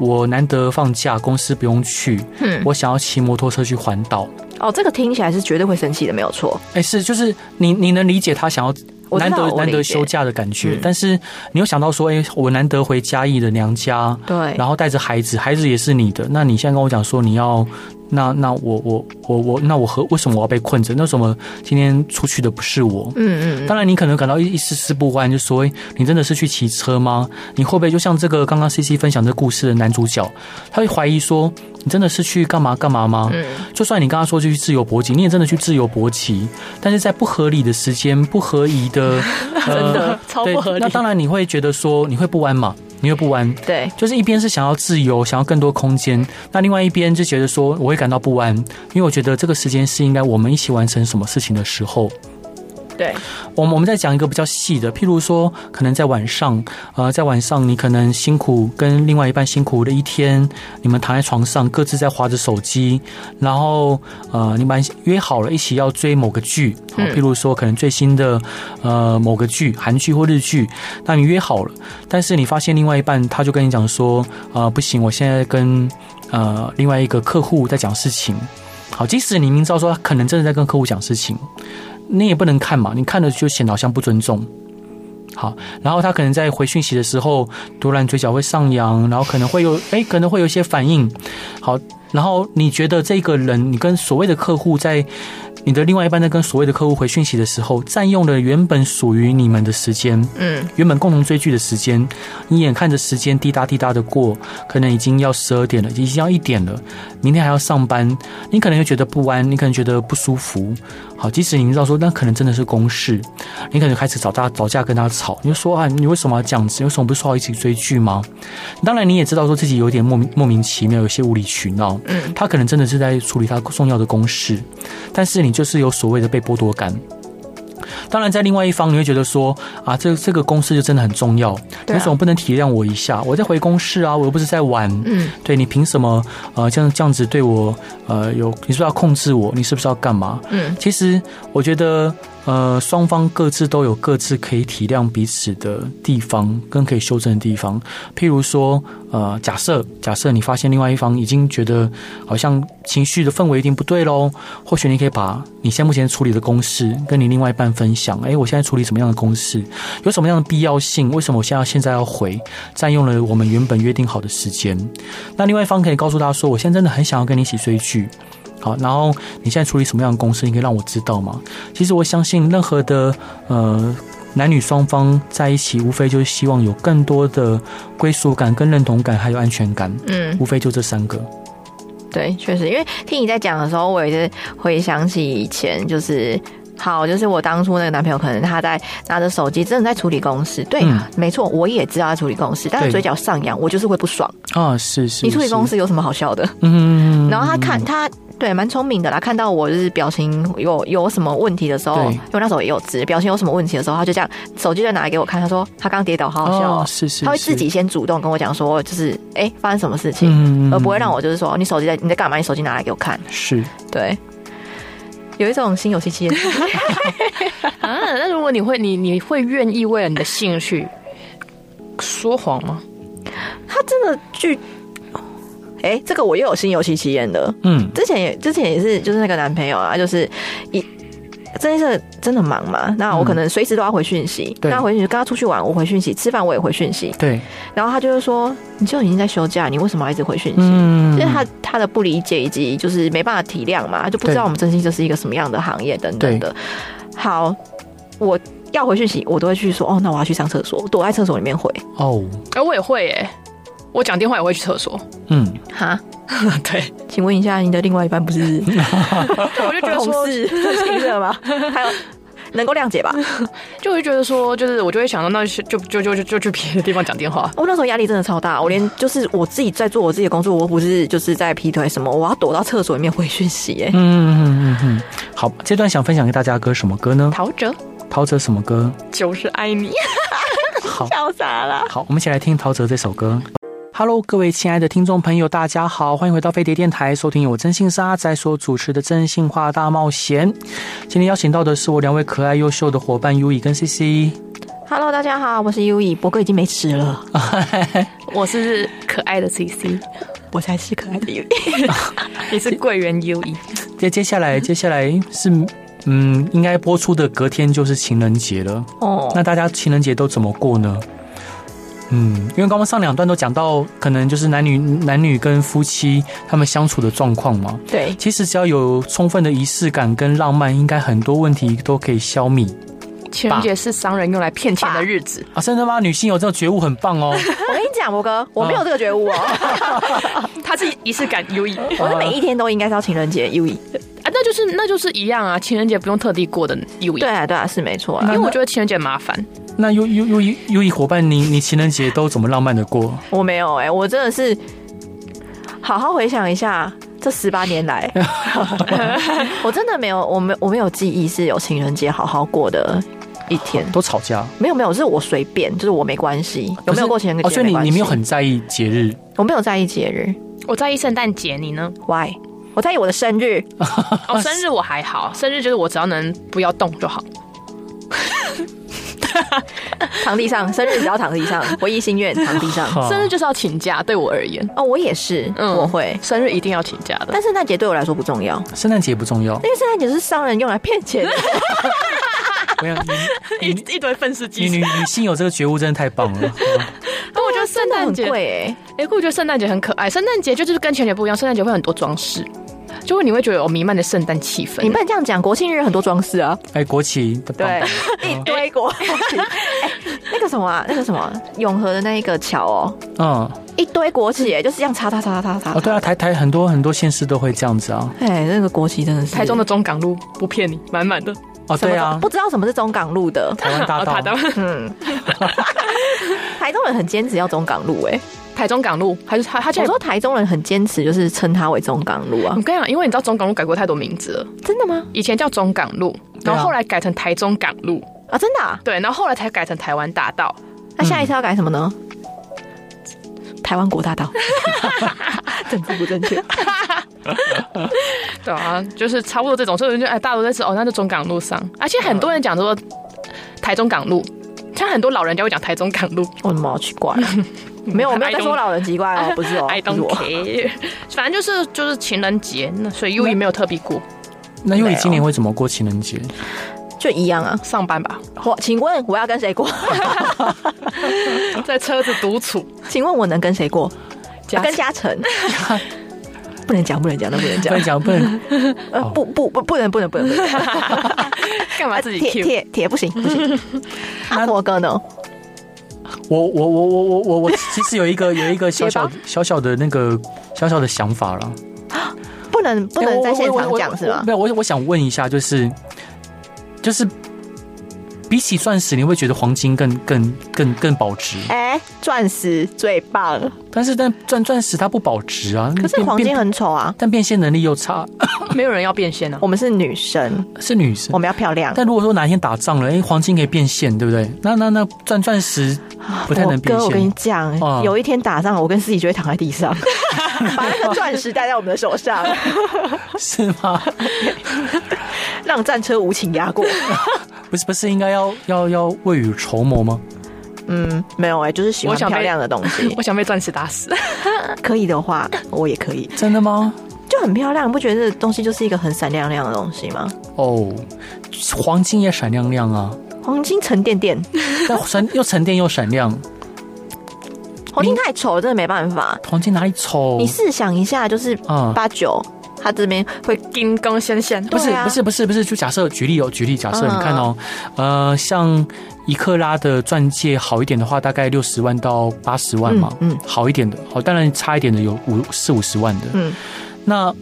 Speaker 1: 我难得放假，公司不用去，
Speaker 2: 嗯，
Speaker 1: 我想要骑摩托车去环岛。
Speaker 2: 哦，这个听起来是绝对会生气的，没有错。
Speaker 1: 哎、是，就是你你能理解他想要
Speaker 2: 我知
Speaker 1: 难
Speaker 2: 道
Speaker 1: 得
Speaker 2: 我
Speaker 1: 难
Speaker 2: 理
Speaker 1: 得
Speaker 2: 解
Speaker 1: 休假的感觉，
Speaker 2: 嗯
Speaker 1: 但是你又想到说，哎、我难得回嘉义的娘家，
Speaker 2: 对，
Speaker 1: 然后带着孩子，孩子也是你的，那你现在跟我讲说你要，那那我我我我，那我和为什么我要被困着？那为什么今天出去的不是我？
Speaker 2: 嗯嗯
Speaker 1: 当然，你可能感到一一丝丝不安，就说：“诶你真的是去骑车吗？你会不会就像这个刚刚 C C 分享这故事的男主角，他会怀疑说，你真的是去干嘛干嘛吗？
Speaker 2: 嗯，
Speaker 1: 就算你刚刚说去自由搏击，你也真的去自由搏击，但是在不合理的时间、不合宜
Speaker 3: (laughs)
Speaker 1: 的，呃、
Speaker 3: 真的超
Speaker 1: 对
Speaker 3: 不合理
Speaker 1: 那。当然你会觉得说你会不安嘛，你会不安，
Speaker 2: 对，
Speaker 1: 就是一边是想要自由，想要更多空间，那另外一边就觉得说我会感到不安，因为我觉得这个时间是应该我们一起完成什么事情的时候。
Speaker 2: 对，
Speaker 1: 我们我们再讲一个比较细的，譬如说，可能在晚上，呃，在晚上你可能辛苦跟另外一半辛苦了一天，你们躺在床上各自在划着手机，然后呃，你们约好了一起要追某个剧，好
Speaker 2: 嗯
Speaker 1: 譬如说可能最新的呃某个剧，韩剧或日剧，那你约好了，但是你发现另外一半他就跟你讲说，呃，不行，我现在跟呃另外一个客户在讲事情，好，即使你明知道说他可能真的在跟客户讲事情。你也不能看嘛，你看了就显得好像不尊重。好，然后他可能在回讯息的时候，突然嘴角会上扬，然后可能会有哎，可能会有一些反应。好，然后你觉得这个人，你跟所谓的客户在你的另外一半在跟所谓的客户回讯息的时候，占用了原本属于你们的时间，
Speaker 2: 嗯，
Speaker 1: 原本共同追剧的时间，你眼看着时间滴答滴答的过，可能已经要十二点了，已经要一点了，明天还要上班，你可能会觉得不安，你可能觉得不舒服。好，即使你知道说那可能真的是公事，你可能开始找他找架跟他吵，你就说啊，你为什么要这样子？你为什么不是说好一起追剧吗？当然你也知道说自己有点莫名莫名其妙，有些无理取闹。
Speaker 2: 嗯，
Speaker 1: 他可能真的是在处理他重要的公事，但是你就是有所谓的被剥夺感。当然，在另外一方，你会觉得说啊，这这个公事就真的很重要，你
Speaker 2: 对
Speaker 1: 为
Speaker 2: 啊
Speaker 1: 什么不能体谅我一下？我在回公事啊，我又不是在玩。
Speaker 2: 嗯，
Speaker 1: 对你凭什么呃这样这样子对我呃有？你是不是要控制我？你是不是要干嘛？
Speaker 2: 嗯，
Speaker 1: 其实我觉得呃双方各自都有各自可以体谅彼此的地方，跟可以修正的地方。譬如说呃假设假设你发现另外一方已经觉得好像情绪的氛围一定不对喽，或许你可以把你现在目前处理的公式跟你另外一半分享。哎，我现在处理什么样的公式？有什么样的必要性？为什么我现在现在要回？占用了我们原本约定好的时间。那另外一方可以告诉他说，我现在真的很想要跟你一起追剧。好，然后你现在处理什么样的公司，你可以让我知道吗？其实我相信任何的呃男女双方在一起，无非就是希望有更多的归属感、跟认同感，还有安全感，
Speaker 2: 嗯，
Speaker 1: 无非就这三个。
Speaker 2: 对，确实，因为听你在讲的时候，我也是回想起以前就是。好，就是我当初那个男朋友，可能他在拿着手机，真的在处理公事。对，啊
Speaker 1: 嗯
Speaker 2: 没错，我也知道他处理公事，但
Speaker 1: 对
Speaker 2: 是嘴角上扬，我就是会不爽。
Speaker 1: 啊，是是，
Speaker 2: 你处理
Speaker 1: 是
Speaker 2: 公，事有什么好笑的？
Speaker 1: 嗯
Speaker 2: 然后他看他对蛮聪明的啦，看到我就是表情有有什么问题的时候，
Speaker 1: 对
Speaker 2: 因为那时候也有直表情有什么问题的时候，他就这样手机就拿来给我看，他说他刚跌倒，好好笑、
Speaker 1: 哦
Speaker 2: 哦，
Speaker 1: 是是，
Speaker 2: 他会自
Speaker 1: 是
Speaker 2: 己，先主动跟我讲说，就是哎、诶发生什么事情，
Speaker 1: 嗯
Speaker 2: 而不会让我就是说哦你手机在你在干嘛，你手机拿来给我看，
Speaker 1: 是
Speaker 2: 对。有一种心有戚
Speaker 1: (laughs)
Speaker 2: 戚的感觉，
Speaker 3: 啊，那如果你会，你你会愿意为了你的兴趣说谎吗？
Speaker 2: 他真的拒，哎、这个我又有心有戚戚焉的，
Speaker 1: 嗯
Speaker 2: 之前也之前也是，就是那个男朋友啊，就是一真是真的忙嘛，那我可能随时都要回讯息，
Speaker 1: 嗯对
Speaker 2: 那回讯息跟他出去玩，我回讯息，吃饭我也回讯息，
Speaker 1: 对，
Speaker 2: 然后他就会说，你就已经在休假，你为什么要一直回讯息？
Speaker 1: 嗯
Speaker 2: 就是他他的不理解以及就是没办法体谅嘛，他就不知
Speaker 1: 对
Speaker 2: 道我们真心这是一个什么样的行业等等的。好，我要回讯息，我都会去说哦，那我要去上厕所，躲在厕所里面回
Speaker 1: 哦，
Speaker 3: 哎、我也会耶、我讲电话也会去厕所。
Speaker 1: 嗯，
Speaker 2: 哈。
Speaker 3: (laughs) 对，
Speaker 2: 请问一下，你的另外一半不是
Speaker 3: 对，我就觉得
Speaker 2: 同
Speaker 3: 说，
Speaker 2: 事是情热吗？还有能够谅解 (laughs) 吧？
Speaker 3: 就会觉得说，就是我就会想到，那就就就就就就去别的地方讲电话。
Speaker 2: 我哦那时候压力真的超大，我连就是我自己在做我自己的工作，我不是就是在劈腿什么，我要躲到厕所里面回欸讯息、耶。
Speaker 1: 嗯嗯嗯嗯，好，这段想分享给大家的歌什么歌呢？
Speaker 3: 陶喆
Speaker 1: 陶喆什么歌？
Speaker 3: 就是爱你，
Speaker 1: 好
Speaker 2: 笑傻了。
Speaker 1: 好，我们一起来听陶喆这首歌。Hello，各位亲爱的听众朋友，大家好，欢迎回到飞碟电台，收听由我真心是阿仔所主持的《真心话大冒险》。今天邀请到的是我两位可爱优秀的伙伴 U 以跟 CC。
Speaker 2: Hello，大家好，我是 U E，博哥已经没吃了，
Speaker 3: 我是可爱的 CC，
Speaker 2: 我才是可爱的 U E。
Speaker 3: 你是桂圆优衣。
Speaker 1: 接接下来，接下来是嗯，应该播出的隔天就是情人节了。
Speaker 2: 哦，
Speaker 1: 那大家情人节都怎么过呢？嗯，因为刚刚上两段都讲到，可能就是男女男女跟夫妻他们相处的状况嘛。
Speaker 2: 对，
Speaker 1: 其实只要有充分的仪式感跟浪漫，应该很多问题都可以消弭
Speaker 3: 情人节是商人用来骗钱的日子，
Speaker 1: 啊！真的吗？女性有这种觉悟很棒
Speaker 2: (laughs)
Speaker 1: 哦。
Speaker 2: 我跟你讲，
Speaker 1: 嗯
Speaker 2: 博哥，我没有这个觉悟哦，
Speaker 3: 它是仪式感优衣啊，
Speaker 2: 我是每一天都应该是要情人节 U E。
Speaker 1: 嗯
Speaker 3: 那就是那就是一样啊，情人节不用特地过的优衣
Speaker 2: 对。啊，对啊，是没错
Speaker 3: 因
Speaker 2: 啊
Speaker 3: 为，我觉得情人节麻烦，
Speaker 1: 那优优优一优一伙伴，你你情人节都怎么浪漫的过？
Speaker 2: 我没有哎、我真的是好好回想一下。这十八年
Speaker 1: (laughs)
Speaker 2: 来，我真的没有，我没我没有记忆是有情人节好好过的一天。
Speaker 1: 都吵架？
Speaker 2: 没有没有，是我随便，就是我没关系，有没有过情人节
Speaker 1: 哦，所以你
Speaker 2: 关系
Speaker 1: 你没有，很在意节日
Speaker 2: 我没有在意节日
Speaker 3: 我在意圣诞节，你呢？
Speaker 2: ，why？我在意我的生日，
Speaker 3: 哦，生日我还好，生日就是我只要能不要动就好。
Speaker 2: 躺
Speaker 1: (laughs)
Speaker 2: 地上，生日只要躺地上，唯一心愿躺地上。
Speaker 1: 哈
Speaker 3: 生日就是要请假，对我而言，
Speaker 2: 哦，我也是，
Speaker 3: 嗯
Speaker 2: 我会，
Speaker 3: 生日一定要请假的。
Speaker 2: 但圣诞节对我来说不重要，
Speaker 1: 圣诞节不重
Speaker 2: (laughs)
Speaker 1: 要。
Speaker 2: 因为圣诞节是商人用来骗 (laughs) 钱的。
Speaker 1: 没有你
Speaker 2: (laughs)
Speaker 3: 一一堆愤世
Speaker 2: (laughs)
Speaker 1: 你女女性有这个觉悟真的太棒了。
Speaker 3: 那我觉得圣诞
Speaker 2: 很
Speaker 3: 节
Speaker 2: 贵哎、
Speaker 3: 哎、可我觉得圣诞节很可爱。圣诞节就是跟情人节不一样，圣诞节会很多装饰，就会你会觉得有弥漫的圣诞气氛。
Speaker 2: 你不能这样讲，国庆日很多装饰啊，
Speaker 1: 哎，国旗的棒
Speaker 2: 对， (laughs) 一堆国旗。哎那个什么啊，那个什么，永和的那一个桥哦，
Speaker 1: 嗯，
Speaker 2: 一堆国旗哎，就是这样插插插插插
Speaker 1: 哦，
Speaker 2: 插。
Speaker 1: 对啊，台台很多很多县市都会这样子啊，
Speaker 2: 哎，那个国旗真的是
Speaker 3: 台中的中港路不骗你，满满的。
Speaker 1: 哦，
Speaker 2: 什么
Speaker 1: 对啊，
Speaker 2: 不知道什么是中港路 (laughs) 的，
Speaker 1: 台湾大
Speaker 3: 哦台
Speaker 1: 道，
Speaker 3: 中
Speaker 2: (laughs) 嗯，台中人很坚持要中港路哎、
Speaker 3: (laughs) 台中港路，还是他他竟
Speaker 2: 我
Speaker 3: 然
Speaker 2: 说台中人很坚持，就是称它为中港路啊
Speaker 3: 我，跟你讲，因为你知道中港路改过太多名字了，
Speaker 2: 嗯真的吗？
Speaker 3: 以前叫中港路，
Speaker 1: 对啊
Speaker 3: 然后后来改成台中港路，
Speaker 2: 啊，真的、啊？
Speaker 3: 对，然后后来才改成台湾大道。
Speaker 2: 那下一次要改什么呢？台湾国大道， (laughs) 政治不正确。
Speaker 3: 对啊， (laughs) 就是差不多这种，所以我就觉得哎，大家都在吃哦，那就中港路上，而且很多人讲说台中港路，像很多老人家会讲台中港路
Speaker 2: 我怎么好奇怪 (laughs) 啊？没有，我没有在说老人奇怪 (laughs) 哦，不是哦，
Speaker 3: ，I
Speaker 2: 不是
Speaker 3: don't
Speaker 2: 我。
Speaker 3: care，反正就是就是情人节，那所以优衣没有特别过
Speaker 1: 那因为
Speaker 2: 对哦
Speaker 1: 今年会怎么过情人节？
Speaker 2: 就一样啊。
Speaker 3: 上班吧，
Speaker 2: 我请问我要跟谁 (laughs) 过？
Speaker 3: 在车子独处，
Speaker 2: 请问我能跟谁过？
Speaker 3: 加
Speaker 2: 啊跟嘉 (laughs) 诚。不能讲，不能讲，那不能
Speaker 1: 不
Speaker 2: 讲
Speaker 1: 能。讲，不能
Speaker 2: 呃，不不不，不能，不能，不能。不 (laughs) 能呃
Speaker 3: 干嘛自己
Speaker 2: 铁
Speaker 3: Q？
Speaker 2: 铁铁不行，不 (laughs) 行。阿国哥呢？
Speaker 1: 我我我我我我我其实有一
Speaker 2: (laughs)
Speaker 1: 个有一个小小
Speaker 2: 结
Speaker 1: 小小的那个小小的想法了，
Speaker 2: 不能不
Speaker 1: 哎
Speaker 2: 能
Speaker 1: 我
Speaker 2: 在现
Speaker 1: 我我
Speaker 2: 场
Speaker 1: 我
Speaker 2: 讲是吗？
Speaker 1: 没有，我我想问一下，就是就是比起钻石，你会觉得黄金更更更更保值？
Speaker 2: 哎，钻石最棒，
Speaker 1: 但是但钻钻石它不保值啊，
Speaker 2: 可是
Speaker 1: 变
Speaker 2: 黄金
Speaker 1: 变
Speaker 2: 很丑啊。
Speaker 1: 但变现能力又差，呃
Speaker 3: 没有人要变现啊，
Speaker 2: 我们是女生，
Speaker 1: 是女生
Speaker 2: 我。们要漂亮。
Speaker 1: 但如果说哪一天打仗了，哎、黄金可以变现，对不对？那那那钻钻石不太能变
Speaker 2: 啊我哥，我跟你
Speaker 1: 现。
Speaker 2: 讲，
Speaker 1: 嗯
Speaker 2: 有一天打仗，我跟思己就会躺在地
Speaker 1: (laughs)
Speaker 2: 上，把那个钻石戴在我们的手上，
Speaker 1: 是吗？ (laughs)
Speaker 2: 让战车无情压过。
Speaker 1: 不是不是，应该要要要未雨绸缪吗？
Speaker 2: 嗯，没有哎、就是喜欢
Speaker 3: 我想被
Speaker 2: 漂亮的东西
Speaker 3: (laughs) 我。想被钻石打死。
Speaker 2: 可以的话，我也可以，
Speaker 1: 真的吗？
Speaker 2: 就很漂亮。你不觉得这东西就是一个很闪亮亮的东西吗？
Speaker 1: 哦，黄金也闪亮亮
Speaker 2: (laughs)
Speaker 1: 啊，
Speaker 2: 黄金沉甸甸，
Speaker 1: 但闪又沉淀又闪亮，
Speaker 2: 黄金太丑了，真的没办法。
Speaker 1: 黄金哪里丑
Speaker 2: 你？试想一下，就是
Speaker 1: 哦啊、
Speaker 2: 八九，它这边会
Speaker 3: 金光闪闪，
Speaker 1: 不是
Speaker 2: 对啊
Speaker 1: 不是不是不是，就假设举例哦，举例假设
Speaker 2: 嗯
Speaker 1: 你看哦，呃，像一克拉的钻戒好一点的话，大概六十万到八十万嘛，
Speaker 2: 嗯嗯
Speaker 1: 好一点的，好，当然差一点的有五四五十万的，
Speaker 2: 嗯，
Speaker 1: 那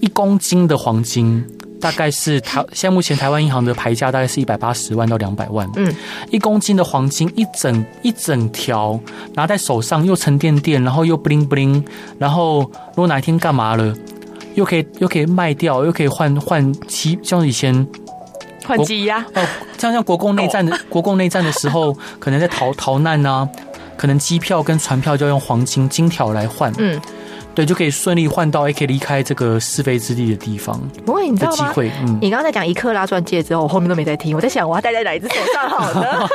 Speaker 1: 一公斤的黄金。大概是台现在目前台湾银行的牌价大概是一百八十万到两百万，
Speaker 2: 嗯，
Speaker 1: 一公斤的黄金一整一整条拿在手上又沉甸甸，然后又不灵不灵，然后如果哪一天干嘛了，又可以又可以卖掉，又可以换换期，像以前
Speaker 3: 换鸡鸭，
Speaker 1: 哦，像像国共内战
Speaker 2: 哦
Speaker 1: 的国共内战的时
Speaker 2: (laughs)
Speaker 1: 候，可能在逃逃难啊，可能机票跟船票就要用黄金金条来换，
Speaker 2: 嗯，
Speaker 1: 对，就可以顺利换到，也可以离开这个是非之地的地方
Speaker 2: 不过你知
Speaker 1: 的
Speaker 2: 道
Speaker 1: 机
Speaker 2: 吗？
Speaker 1: 会，嗯，
Speaker 2: 你刚刚在讲一克拉钻戒之后，我后面都没在听，我在想我要戴在哪一只手上好呢？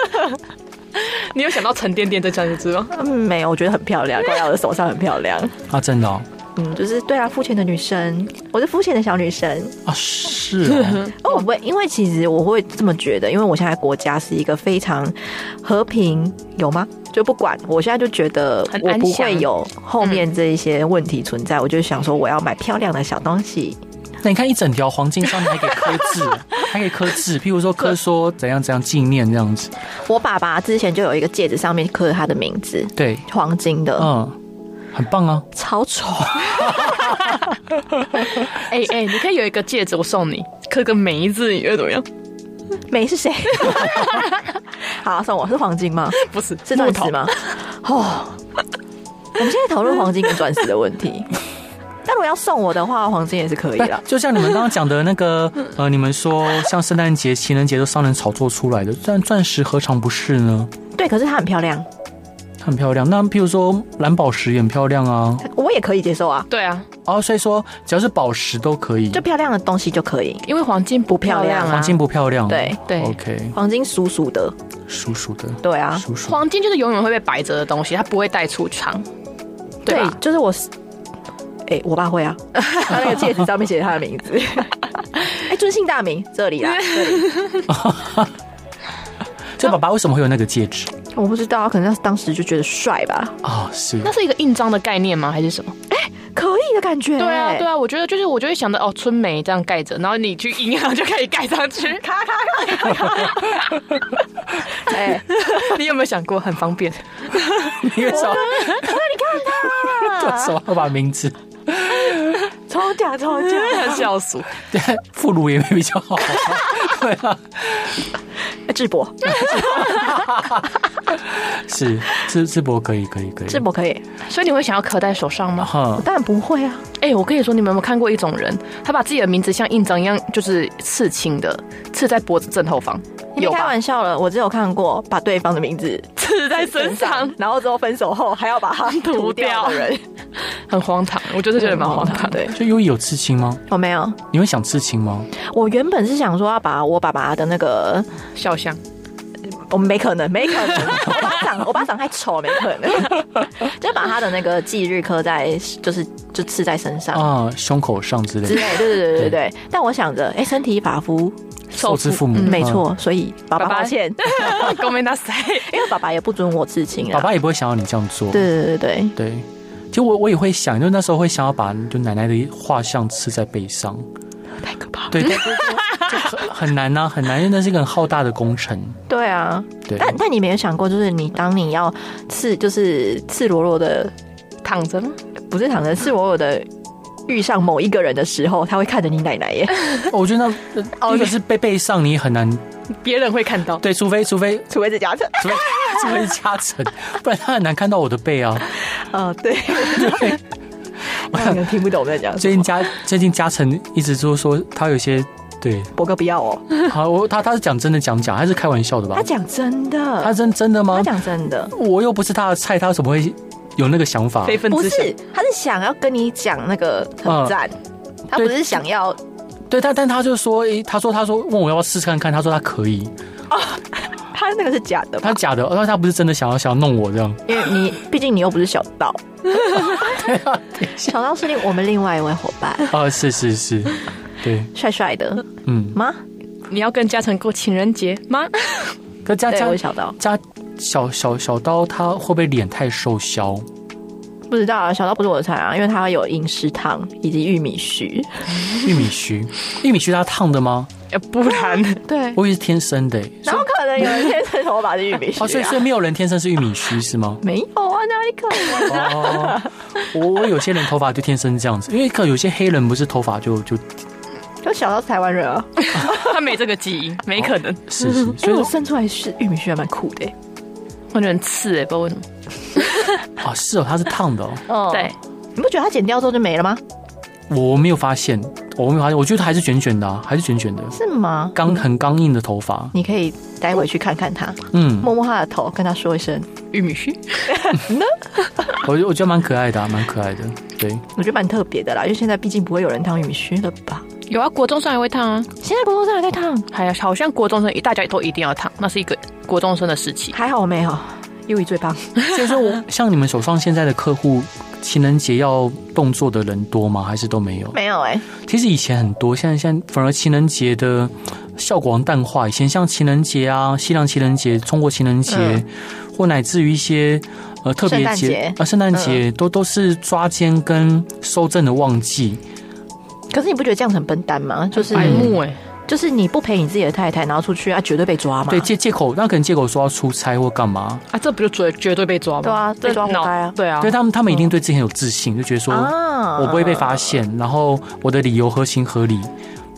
Speaker 3: 你有想到沉甸甸这钻石吗？
Speaker 2: 嗯，没有，我觉得很漂亮，戴在我的手上很漂亮。
Speaker 1: 啊，真的哦、
Speaker 2: 嗯，就是对啊，肤浅的女生，我是肤浅的小女生。
Speaker 1: 啊，是
Speaker 2: (laughs)
Speaker 1: 哦
Speaker 2: 哦，我不会，因为其实我会这么觉得，因为我现在国家是一个非常和平，有吗？就不管，我现在就觉得
Speaker 3: 很
Speaker 2: 我
Speaker 3: 安
Speaker 2: 不会
Speaker 3: 详嗯
Speaker 2: 有后面这一些问题存在，我就想说我要买漂亮的小东西。
Speaker 1: 那你看一整条黄金上面还可以刻
Speaker 2: (laughs)
Speaker 1: 字，还可以刻字，譬如说刻说怎样怎样纪念这样子，
Speaker 2: 我爸爸之前就有一个戒指，上面刻着他的名字，
Speaker 1: 对，
Speaker 2: 黄金的，
Speaker 1: 嗯，很棒啊，
Speaker 2: 超丑。
Speaker 3: 哎哎、你可以有一个戒指，我送你，刻个梅字，你觉得怎么样？
Speaker 2: 美是谁？ (laughs) 好，送我是黄金吗？
Speaker 3: 不是，
Speaker 2: 是钻石
Speaker 3: 木头？
Speaker 2: 吗？ (laughs) 哦，我们现在讨论黄金跟钻石的问 (laughs) 题。但如果要送我的话，黄金也是可以
Speaker 1: 不
Speaker 2: 的。
Speaker 1: 哎就像你们刚刚讲的那个，呃，你们说像圣诞节、情人节都商人炒作出来的，但钻石何尝不是呢？
Speaker 2: (laughs) 对，可是它很漂亮，
Speaker 1: 它很漂亮，那譬如说蓝宝石也很漂亮
Speaker 2: (laughs)
Speaker 1: 啊，
Speaker 2: 我也可以接受啊。
Speaker 3: 对啊，
Speaker 1: 哦，所以说只要是宝石都可以
Speaker 2: 就，漂亮的东西就可以，
Speaker 3: 因为黄金不漂亮啊，
Speaker 1: 黄金不漂亮，
Speaker 2: 对
Speaker 3: 对
Speaker 1: ，OK，
Speaker 2: 黄金俗俗的，
Speaker 1: 叔叔的，
Speaker 2: 对啊，
Speaker 1: 叔叔，
Speaker 3: 黄金就是永远会被摆着的东西，它不会带出场，对吧？
Speaker 2: 就是我是，哎、我爸会啊， (laughs) 他那个戒指上面写着他的名 (laughs) 字，哎、尊姓 (laughs) 大名，这里啦，这里
Speaker 1: 这爸爸为什么会有那个戒指？
Speaker 2: 我不知道，可能那当时就觉得帅吧，
Speaker 1: 哦，
Speaker 2: (laughs)
Speaker 1: 是
Speaker 3: 那是一个印章的概念吗？还是什么？
Speaker 2: 可以的感觉。
Speaker 3: 对啊，对啊，我觉得就是我就会想到哦，春梅这样盖着，然后你去银行就可以盖上去， (laughs) 咔咔咔咔咔。
Speaker 2: 哎，
Speaker 3: 你有没有想过很方便？
Speaker 1: 你为什么 (laughs)
Speaker 2: 啊
Speaker 1: 为什么要把名字？ (laughs)
Speaker 2: 抽奖 (laughs) 抽奖，
Speaker 3: 笑死！
Speaker 1: 对，副乳也没比较好。 (laughs) 对啊，
Speaker 2: 智博，
Speaker 1: 是智智博可以，可以，可以。
Speaker 2: 智博可以，
Speaker 3: (laughs) 所以你会想要刻在手上吗？
Speaker 1: 哈，
Speaker 2: 当然不会啊。
Speaker 3: 哎、我跟你说，你们有没有看过一种人，他把自己的名字像印章一样，就是刺青的，刺在脖子正后方，
Speaker 2: 你
Speaker 3: 有
Speaker 2: 别开
Speaker 3: 吧？
Speaker 2: 玩笑了，我只有看过把对方的名字
Speaker 3: 刺在身
Speaker 2: 身上
Speaker 3: 上，，
Speaker 2: 然后之后分手后还要把它涂掉
Speaker 3: (laughs)
Speaker 2: 的人，
Speaker 3: 很荒唐。我就是觉得蛮荒唐
Speaker 2: (laughs)
Speaker 3: 的。
Speaker 2: 对，哦
Speaker 1: 就优衣有刺青吗？
Speaker 2: 我没有，
Speaker 1: 你会想刺青吗？
Speaker 2: 我原本是想说要把我爸爸的那个，(laughs)
Speaker 3: 肖像，
Speaker 2: 我们没可能，没可
Speaker 3: (laughs)
Speaker 2: 能，我爸长我爸长太丑，没可能， (laughs) 就把他的那个忌日刻在，就是就刺在身上。
Speaker 1: 啊，胸口上之
Speaker 2: 之
Speaker 1: 类
Speaker 2: 类
Speaker 1: 的，，
Speaker 2: 对对对对对。但我想着，哎、身体发肤，
Speaker 1: 受之父母，
Speaker 2: 嗯，
Speaker 1: 嗯
Speaker 2: 没。错，所以爸爸
Speaker 3: 爸爸
Speaker 2: 抱歉，
Speaker 3: ごめんなさ
Speaker 2: (laughs)
Speaker 3: い。
Speaker 2: 因为爸爸也不准我刺青
Speaker 1: 嗯爸
Speaker 2: 啊。
Speaker 1: 爸也不会想要你这样做。
Speaker 2: 对对对对
Speaker 1: 对，就我我也会想，就那时候会想要把就奶奶的画像刺在背上。
Speaker 2: 对，太可怕。
Speaker 1: 对，对对就很 (laughs) 很难呐、很难，因为那是一个很浩大的工程。
Speaker 2: 对啊，
Speaker 1: 对，
Speaker 2: 但但你没有想过，就是你当你要赤，就是赤裸裸的，
Speaker 3: 躺着吗？
Speaker 2: 不是躺着，赤裸裸的遇上某一个人的时候，他会看着你奶
Speaker 1: (laughs)
Speaker 2: 奶耶。
Speaker 1: 我觉得那呃
Speaker 3: 哦
Speaker 1: 一个是背背上，你也很难
Speaker 3: 别人会看到。
Speaker 1: 对，除非除 (laughs) 非
Speaker 2: 除非是假的，
Speaker 1: 除非除非是加成， (laughs) 不然他很难看到我的背啊。
Speaker 2: 呃， (laughs) 对，
Speaker 1: 对，
Speaker 2: 我可能哎听不懂我在讲什
Speaker 1: 最
Speaker 2: 么。
Speaker 1: 近加最近加成一直就说他有些对，
Speaker 2: 博哥不要哦，
Speaker 1: 好，我他他是讲真的讲假，他是开玩笑的吧
Speaker 2: 他？讲真的，
Speaker 1: 他哦真真的吗
Speaker 2: 他？讲真的，
Speaker 1: 我又不是他的菜，他怎么会有那个想法？
Speaker 3: 非分
Speaker 2: 不
Speaker 3: 之想，
Speaker 2: 是，他是想要跟你讲那个
Speaker 1: 嗯
Speaker 2: 很赞，他不是想要
Speaker 1: 对，但但他就说，诶他说他说问我要不要试试看看，他说他可以，
Speaker 2: 他那个是假的吧
Speaker 1: 他假的，但他不是真的想要想要弄我这样。
Speaker 2: 因为你毕竟你又不是小
Speaker 1: (laughs)
Speaker 2: 道，小道是另我们另外一位伙伴，
Speaker 1: 啊，是是是，对，
Speaker 2: 帅帅的
Speaker 1: 嗯，
Speaker 2: 吗？
Speaker 3: 你要跟嘉诚过情人节
Speaker 2: (laughs)
Speaker 3: 吗？
Speaker 1: 可加
Speaker 2: 对，
Speaker 1: 加
Speaker 2: 我是小道，
Speaker 1: 加小小小刀，他会不会脸太瘦削？
Speaker 2: 不知道啊，小道不是我的菜啊，因为他有饮食糖以及玉米须，
Speaker 1: 玉米
Speaker 2: (laughs)
Speaker 1: 须，玉米须他烫的吗？
Speaker 3: 呃不然，
Speaker 2: 对，
Speaker 1: 我以为是天生的、欸，
Speaker 2: 然后可能有人天 (laughs) 生头发是玉米须、
Speaker 1: 哦，所以
Speaker 2: 啊？
Speaker 1: 所以，没有人天生是玉米须是吗
Speaker 2: (laughs) 没有啊，哪里可能？ (laughs)
Speaker 1: 哦，我我有些人头发就天生这样子，因为可有些黑人不是头发就就
Speaker 2: 就小道是台湾人啊，
Speaker 3: 他没这个记忆，没可
Speaker 2: 哦
Speaker 3: 能。
Speaker 1: 是是，
Speaker 2: 所
Speaker 1: 所
Speaker 2: 以
Speaker 1: 以
Speaker 2: 我
Speaker 1: 说
Speaker 2: 生出来是玉米须还蛮酷的、欸
Speaker 3: 我觉得很刺哎、不知道为什么。
Speaker 1: 哦是哦，他是烫的、哦，
Speaker 2: 哦，
Speaker 3: 对，，
Speaker 2: 你不觉得他剪掉之后就没了吗？
Speaker 1: 我没有发现，我没有发现，我觉得还是卷卷的、啊，还是卷卷的，
Speaker 2: 是吗？
Speaker 1: 刚很刚硬的头发，
Speaker 2: 你可以待回去看看他，
Speaker 1: 嗯，
Speaker 2: 摸摸他的头，跟他说一声，
Speaker 3: 玉米须。
Speaker 1: 我觉得我觉得蛮可爱的、啊，蛮可爱的，对，
Speaker 2: 我觉得蛮特别的啦，因为现在毕竟不会有人烫玉米须了吧？
Speaker 3: 有啊，国中生还会烫啊，
Speaker 2: 现在国中生还在烫，
Speaker 3: 还有好像国中生一大家都一定要烫，那是一个国中生的时期。
Speaker 2: 还好我没有，优衣最棒。
Speaker 1: 所以说我像你们手上现在的客户，情人节要动作的人多吗？还是都没有？
Speaker 2: 没有哎、
Speaker 1: 其实以前很多，现在现在反而情人节的效果好像淡化。以前像情人节啊、西洋情人节、中国情人节，
Speaker 2: 嗯
Speaker 1: 或乃至于一些呃特别
Speaker 2: 圣诞
Speaker 1: 节
Speaker 2: 节嗯
Speaker 1: 啊，圣诞节、都都是抓奸跟收证的旺季。
Speaker 2: 可是你不觉得这样很笨蛋吗？就是、
Speaker 3: 白目哎、
Speaker 2: 就是你不陪你自己的太太，然后出去啊，绝对被抓嘛。
Speaker 1: 对，借借口，那可能借口说要出差或干嘛，
Speaker 3: 啊，这不就绝绝对被抓吗？
Speaker 2: 对啊
Speaker 3: 这
Speaker 2: 被抓活
Speaker 3: 脑
Speaker 2: 该啊
Speaker 3: 对啊
Speaker 1: 因为，他们他们一定对自己很有自信，就觉得说、
Speaker 2: 啊
Speaker 1: 我不会被发现，然后我的理由合情合理，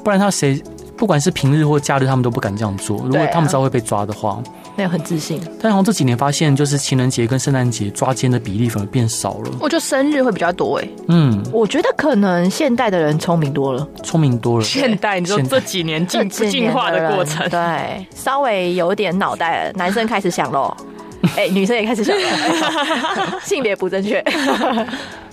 Speaker 1: 不然他谁不管是平日或假日，他们都不敢这样做。如果
Speaker 2: 对啊
Speaker 1: 他们知道会被抓的话，
Speaker 2: 那有很自信。
Speaker 1: 但好像这几年发现，就是情人节跟圣诞节抓奸的比例反而变少了。
Speaker 3: 我觉得生日会比较多哎、
Speaker 1: 嗯，
Speaker 2: 我觉得可能现代的人聪明多了，
Speaker 1: 聪明多了。
Speaker 3: 现代，你说
Speaker 1: 现代
Speaker 3: 这几年进
Speaker 2: 这几
Speaker 3: 进
Speaker 2: 年
Speaker 3: 化
Speaker 2: 人
Speaker 3: 的过程，
Speaker 2: 对，稍微有点脑袋了，男生开始想 (laughs) 喽。哎、女生也开始想 (laughs) 了，性别不正确。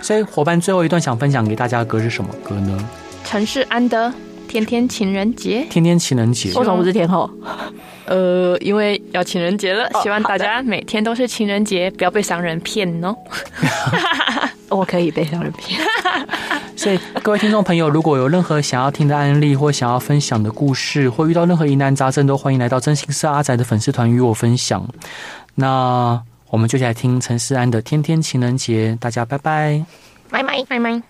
Speaker 1: 所以伙伴最后一段想分享给大家的歌是什么歌呢？
Speaker 3: 城市安德，天天情人节。
Speaker 1: 天天情人节
Speaker 2: 为什么不是天后？
Speaker 3: 呃，因为要情人节了，
Speaker 2: 哦
Speaker 3: 希望大家每天都是情人节，不要被商人骗哦。
Speaker 2: 我可以被两人骗。
Speaker 1: 所以各位听众朋友，如果有任何想要听的案例或想要分享的故事，或遇到任何疑难杂症，都欢迎来到真心社阿宅的粉丝团与我分享。那我们就一起来听陈思安的《天天情人节》，大家拜拜。
Speaker 3: 拜拜拜拜。